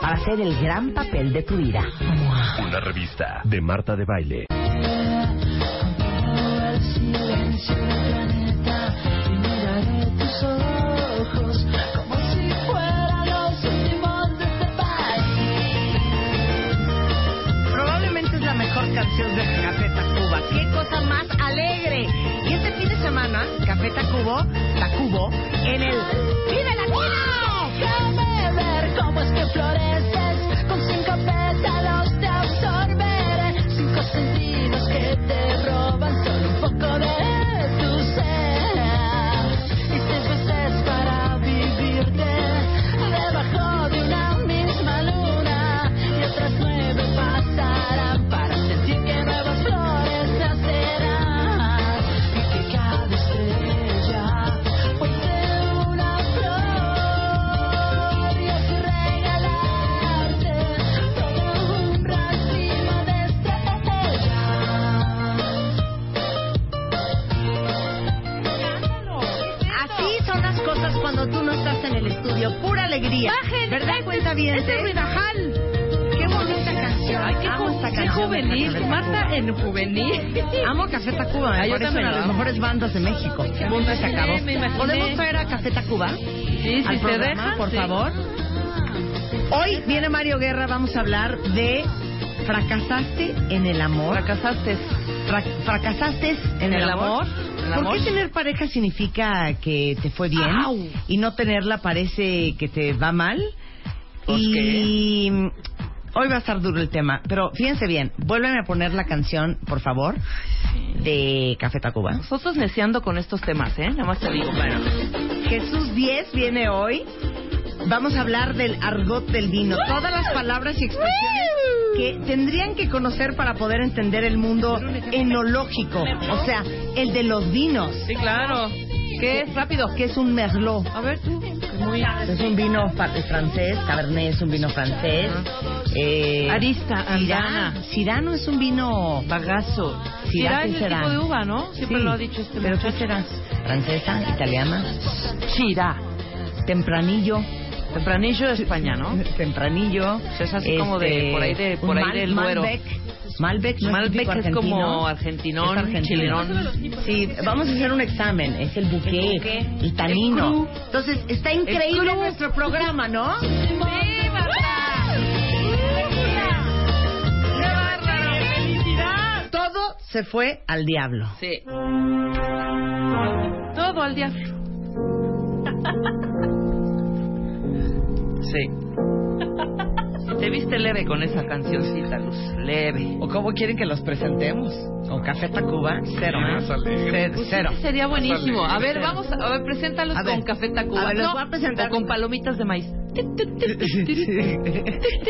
para hacer el gran papel de tu vida. Una revista de Marta de Baile. Probablemente es la mejor canción de Café Tacuba. ¡Qué cosa más alegre! Y este fin de semana, Café Tacubo, Tacubo, en el ¡Vive la Déjame ver cómo es que floreces con cinco pétalos te absorberé, cinco sentidos que te roban solo un poco de tu ser y seis veces para vivirte debajo de una misma luna y otras nueve pasarán para sentir que nuevas flores nacerán y que cada estrella puede una flor y así regalarte todo un racimo de estrellas. Así son las cosas cuando tú no estás en el estudio. Pura alegría. ¿Verdad, cuenta bien? Qué bonita canción. Ay, qué Amo ju- esta qué canción. juvenil. de Café Marta Tacuba. en juvenil. Amo Café Tacuba. Me Ay, Ah, yo parece una de también las lo amo. mejores bandas de México. Punto, se acabó. me imaginé. ¿Podemos traer a Café Tacuba? Sí, al si te programa, dejan, por sí. favor. Hoy viene Mario Guerra, vamos a hablar de fracasaste en el amor. Fracasaste. fracasaste en el, ¿El amor. amor? ¿Por ¿El qué amor? tener pareja significa que te fue bien Au. y no tenerla parece que te va mal? Pues, y hoy va a estar duro el tema, pero fíjense bien, vuélveme a poner la canción, por favor, de Café Tacuba. Nosotros neceando con estos temas, ¿eh? Nada más te digo. Bueno, Jesús 10 viene hoy. Vamos a hablar del argot del vino. Todas las palabras y expresiones que tendrían que conocer para poder entender el mundo enológico. O sea, el de los vinos. Sí, claro. ¿Qué es? Rápido. Que es un merlot. A ver tú. Muy... Es un vino fa- francés, Cabernet es un vino francés. Eh, Arista, Andana. Cirano es un vino Bagazo. Syrah Syrah es el será. tipo de uva, ¿no? Siempre Sí, lo ha dicho este ¿Pero qué muchacho. será? Francesa, italiana, Chira. tempranillo. Tempranillo de España, ¿no? Tempranillo. este, Es así como de- por ahí de- por un ahí del Duero. Malbec. Malbec, no es Malbec típico es argentino. como argentinón, Es argentino. chilenón. Sí, vamos a hacer un examen. Es el buque, El el, buqué. tanino. El cru. Entonces, está El increíble cru. nuestro programa, ¿no? Todo se fue al diablo. Sí. Todo al día. Sí. Te viste leve con esa cancioncita, Luz. Leve. ¿O cómo quieren que los presentemos? ¿O Café Tacuba? Cero, ¿eh? Cero. cero. Sería buenísimo. A ver, vamos a, a ver, preséntalos A ver. con café Tacuba. A ver, los No, voy a presentar. o con palomitas de maíz.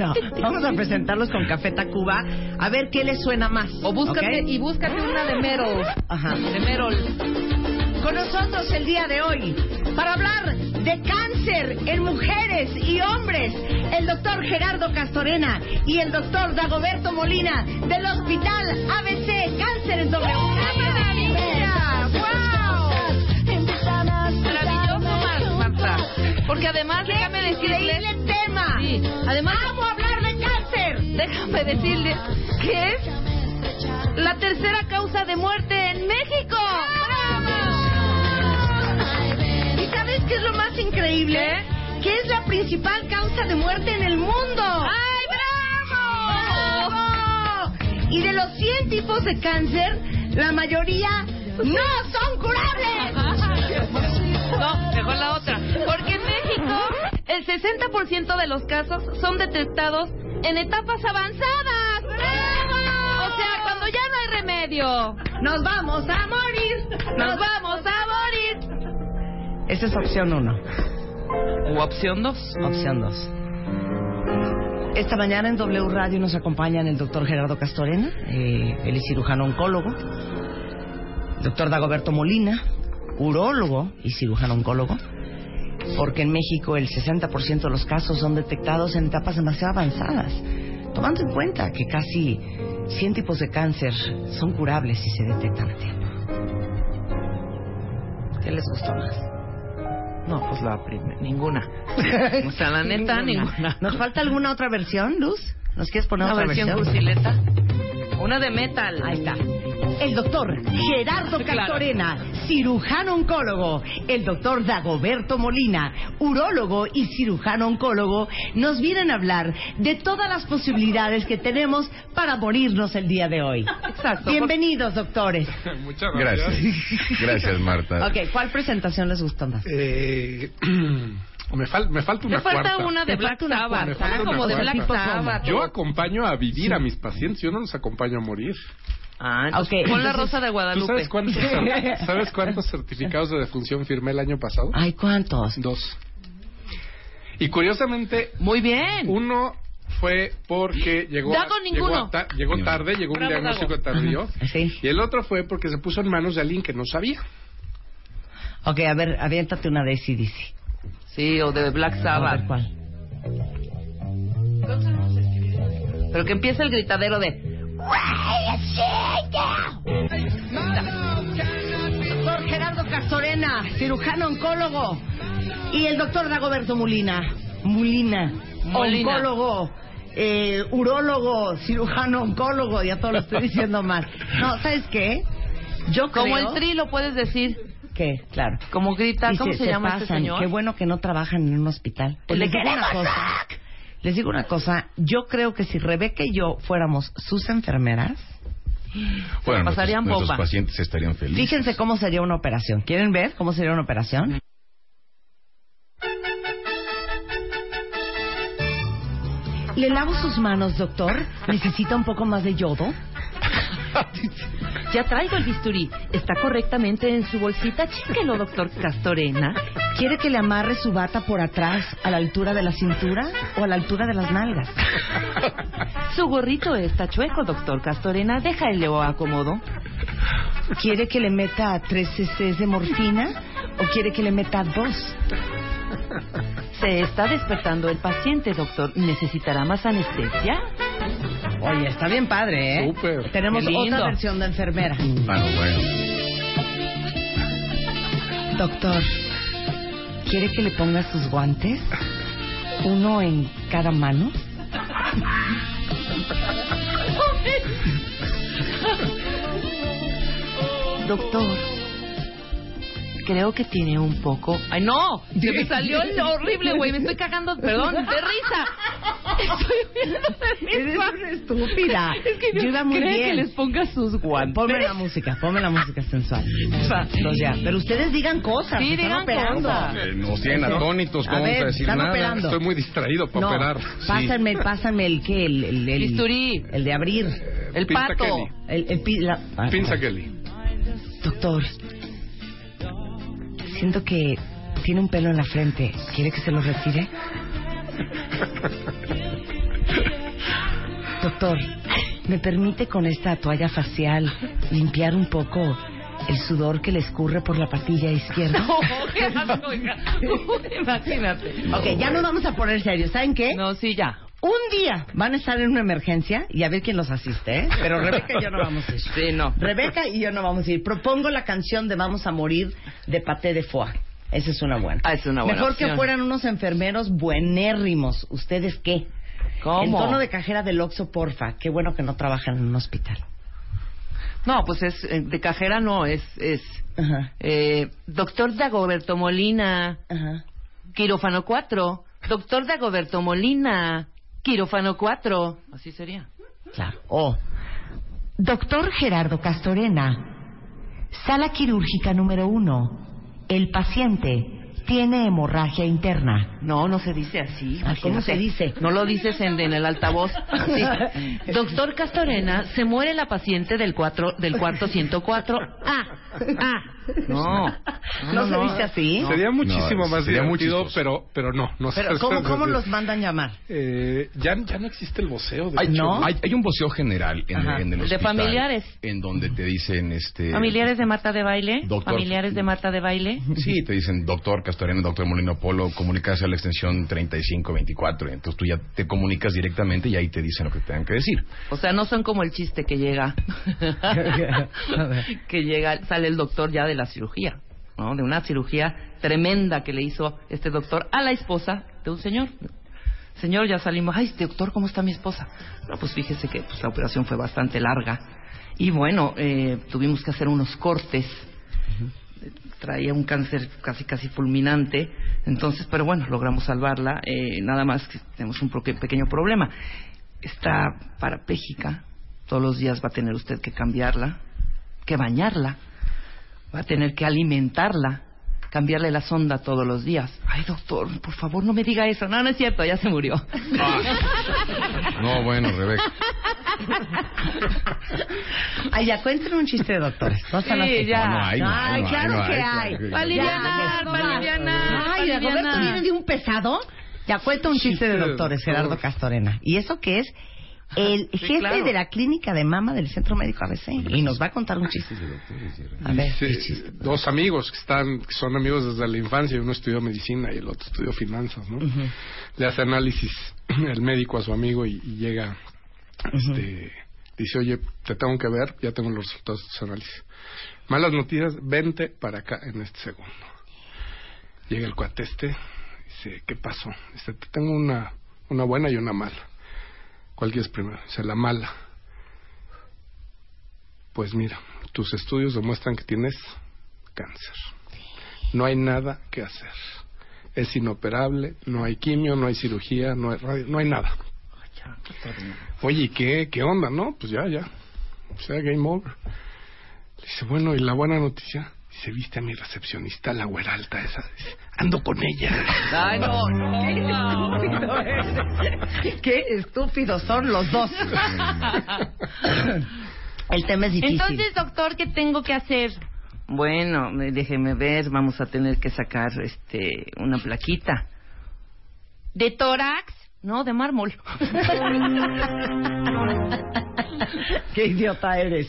No, vamos a presentarlos con Café Tacuba. A ver qué les suena más. O búscate, ¿ok? y búscate una de Merol. Ajá. De Merol. Con nosotros el día de hoy para hablar de cáncer en mujeres y hombres, el doctor Gerardo Castorena y el doctor Dagoberto Molina del Hospital ABC Cáncer en W. ¡Wow! Maravilloso, Mar- Marta. Porque además, déjame decirles... ¡Increíble tema! Sí. Además, ¡Vamos a hablar de cáncer! déjame decirles que es la tercera causa de muerte en México. ¿Y sabes qué es lo más increíble? Que es la principal causa de muerte en el mundo. ¡Ay, bravo! Y de los 100 tipos de cáncer, la mayoría no son curables. No, mejor la otra. Porque en México el 60% de los casos son detectados en etapas avanzadas. O sea, cuando ya no hay remedio. Nos vamos a morir. Nos vamos a morir. Esa es opción 1. O opción 2. Opción 2. Esta mañana en W Radio nos acompañan el doctor Gerardo Castorena, eh, él es cirujano oncólogo, doctor Dagoberto Molina, urólogo y cirujano oncólogo, porque en México el 60% de los casos son detectados en etapas demasiado avanzadas, tomando en cuenta que casi 100 tipos de cáncer son curables si se detectan a tiempo. ¿Qué les gustó más? No, pues la primera. Ninguna. O sea, la neta, ninguna. ¿Nos falta alguna otra versión, Luz? ¿Nos quieres poner Una otra versión versión? fusileta. Una de metal. Ahí está. El doctor Gerardo Claro. Castorena, cirujano oncólogo. El doctor Dagoberto Molina, urólogo y cirujano oncólogo, nos vienen a hablar de todas las posibilidades que tenemos para morirnos el día de hoy. Exacto. Bienvenidos, doctores. Muchas gracias. Gracias. Gracias, Marta. Ok, ¿cuál presentación les gustó más? Eh, me, fal- me falta una Me falta cuarta. una de Te Black falta una Sabbath. Me ¿ah? falta una Como de cuarta. Black Sabbath. Yo acompaño a vivir a mis pacientes, yo no los acompaño a morir. Ah, entonces, Ok, Pon la entonces- rosa de ¿Tú Guadalupe. sabes cuántos, cer- sabes cuántos certificados de defunción firmé el año pasado? Ah. Ay, ¿cuántos? Dos. Y curiosamente, Muy bien. uno fue porque llegó, a- Dago, llegó, ninguno. a ta- llegó tarde, llegó un Bravo, diagnóstico tardío. Sí. Y el otro fue porque se puso en manos de alguien que no sabía. Ok, a ver, aviéntate una de ACDC. Sí, o de Black A ver Sabbath. cuál. Pero que empiece el gritadero de. doctor Gerardo Castorena, cirujano oncólogo, y el doctor Dagoberto Mulina, Mulina, Molina. oncólogo, eh, urólogo, cirujano oncólogo, ya todo lo estoy diciendo mal. No, ¿sabes qué? Yo creo Como el tri, lo puedes decir. que, claro. Como grita. Y ¿Cómo se, llama este pasan. señor? Qué bueno que no trabajan en un hospital. Pues ¡Le digo una queremos, cosa, Les digo una cosa, yo creo que si Rebeca y yo fuéramos sus enfermeras, Bueno, nuestros, pasarían nuestros bomba. pacientes estarían felices. fíjense cómo sería una operación. ¿Quieren ver cómo sería una operación? Le lavo sus manos, doctor. Necesita un poco más de yodo. Ya traigo el bisturí. Está correctamente en su bolsita. Chéquelo, doctor Castorena. ¿Quiere que le amarre su bata por atrás, a la altura de la cintura o a la altura de las nalgas? Su gorrito está chueco, doctor Castorena. Déjalo acomodo. ¿Quiere que le meta 3 cc de morfina o quiere que le meta dos? Se está despertando el paciente, doctor. ¿Necesitará más anestesia? Oye, está bien padre, ¿eh? Súper. Tenemos Qué lindo. otra versión de enfermera. Ah, no, bueno. Doctor, ¿quiere que le ponga sus guantes? Uno en cada mano. Doctor, creo que tiene un poco. ¡Ay, no! Se me salió el horrible, güey. Me estoy cagando, perdón, de risa. Estoy viendo de mis Eres guantes. una estúpida. Es que Yo iba muy ¿cree bien. que les ponga sus guantes. Ponme la música, ponme la música sensual. Los ya. Pero ustedes digan cosas. Sí, están digan operando. cosas. Eh, nos tienen atónitos, ¿cómo A vamos ver, a decir están nada? operando. Estoy muy distraído para No, operar. pásenme, pásenme el que el, el, el- Bisturí. el de abrir, El Pinza pato. Kelly. el, el pi- la- ah, Pinza Kelly. Doctor, siento que tiene un pelo en la frente. ¿Quiere que se lo retire? Doctor, ¿me permite con esta toalla facial limpiar un poco el sudor que le escurre por la patilla izquierda? No, Oh, qué asco, hija. Imagínate. Ok, ya nos vamos a poner serios. ¿Saben qué? No, sí, ya. Un día van a estar en una emergencia y a ver quién los asiste, ¿eh? Pero Rebeca y yo no vamos a ir. Sí, no. Rebeca y yo no vamos a ir. Propongo la canción de Vamos a morir de Paté de Foix. Esa es una buena. Ah, es una buena Mejor que opción. fueran unos enfermeros buenérrimos. ¿Ustedes qué? ¿Cómo? En tono de cajera del Oxxo, porfa. Qué bueno que no trabajan en un hospital. No, pues es eh, de cajera no, es es Ajá, eh, doctor Dagoberto Molina, ajá. quirófano 4, doctor Dagoberto Molina, quirófano 4. Así sería. Claro. Oh. O, doctor Gerardo Castorena, sala quirúrgica número uno. El paciente tiene hemorragia interna. No, no se dice así. Ah, ¿cómo imagínate. se dice? No lo dices en, en el altavoz. Sí. Doctor Castorena, se muere la paciente del, cuatro, del cuarto 104. Ah, ah, No. ¿No, se dice así? Sería muchísimo No, más sería muy divertido, chistoso. pero, pero no. no sé Pero hacer ¿cómo, cómo así. los mandan llamar? Eh, ya, ya no existe el voceo. De Hay, hecho. hay, hay un voceo general en, Ajá. en el De hospital familiares. En donde te dicen, este... Familiares de Marta de Baile. Doctor. Familiares de Marta de Baile. Sí, te dicen, doctor Castoreno, doctor Molino Polo, comunicarse a la extensión 3524. Entonces tú ya te comunicas directamente y ahí te dicen lo que te tengan que decir. O sea, no son como el chiste que llega. que llega, sale el doctor ya de la cirugía, ¿no? De una cirugía tremenda que le hizo este doctor a la esposa de un señor. Señor, ya salimos. Ay, doctor, ¿cómo está mi esposa? No, pues fíjese que pues, la operación fue bastante larga. Y bueno, eh, tuvimos que hacer unos cortes. Traía un cáncer casi, casi fulminante. Entonces, pero bueno, logramos salvarla. Eh, nada más que tenemos un proque- pequeño problema está parapléjica, todos los días va a tener usted que cambiarla, que bañarla, va a tener que alimentarla, cambiarle la sonda todos los días. Ay, doctor, por favor, no me diga eso. No, no es cierto, ya se murió. Ah. No, bueno, Rebeca. Ay, ya cuenten un chiste de doctores. No sean Sí, así. ya. No, no hay, no hay, Ay, no hay, claro no que hay, claro hay. que- Ya, Alivianar, ya, para ya. alivianar, Ay, para Roberto alivianar. viene de un pesado. Ya cuenta un chiste de Chiste de doctores, doctor. Gerardo Castorena. Y eso que es el Sí, jefe claro. de la clínica de mama del Centro Médico ABC. Y nos va a contar un chiste. A ver, Dice, qué chiste. pues. dos amigos que están que son amigos desde la infancia, uno estudió medicina y el otro estudió finanzas, ¿no? Le hace análisis el médico a su amigo y, y llega, este, dice, oye, te tengo que ver, ya tengo los resultados de tus análisis. Malas noticias, vente para acá en este segundo. Llega el cuate este, dice, ¿qué pasó? Dice, te tengo una, una buena y una mala. ¿Cuál quieres primero? Dice, la mala. Pues mira, tus estudios demuestran que tienes cáncer. No hay nada que hacer. Es inoperable, no hay quimio, no hay cirugía, no hay radio, no hay nada. Oye, ¿y qué, qué onda, no? Pues ya, ya. O sea, game over. Le dice, bueno, ¿y la buena noticia? Dice, viste a mi recepcionista, la güera alta esa. Dice, ando con ella. Ay, no, Qué estúpidos son los dos. El tema es difícil. Entonces, doctor, ¿qué tengo que hacer? Bueno, me- déjeme ver, vamos a tener que sacar este una plaquita. ¿De tórax? No, de mármol. Qué idiota eres.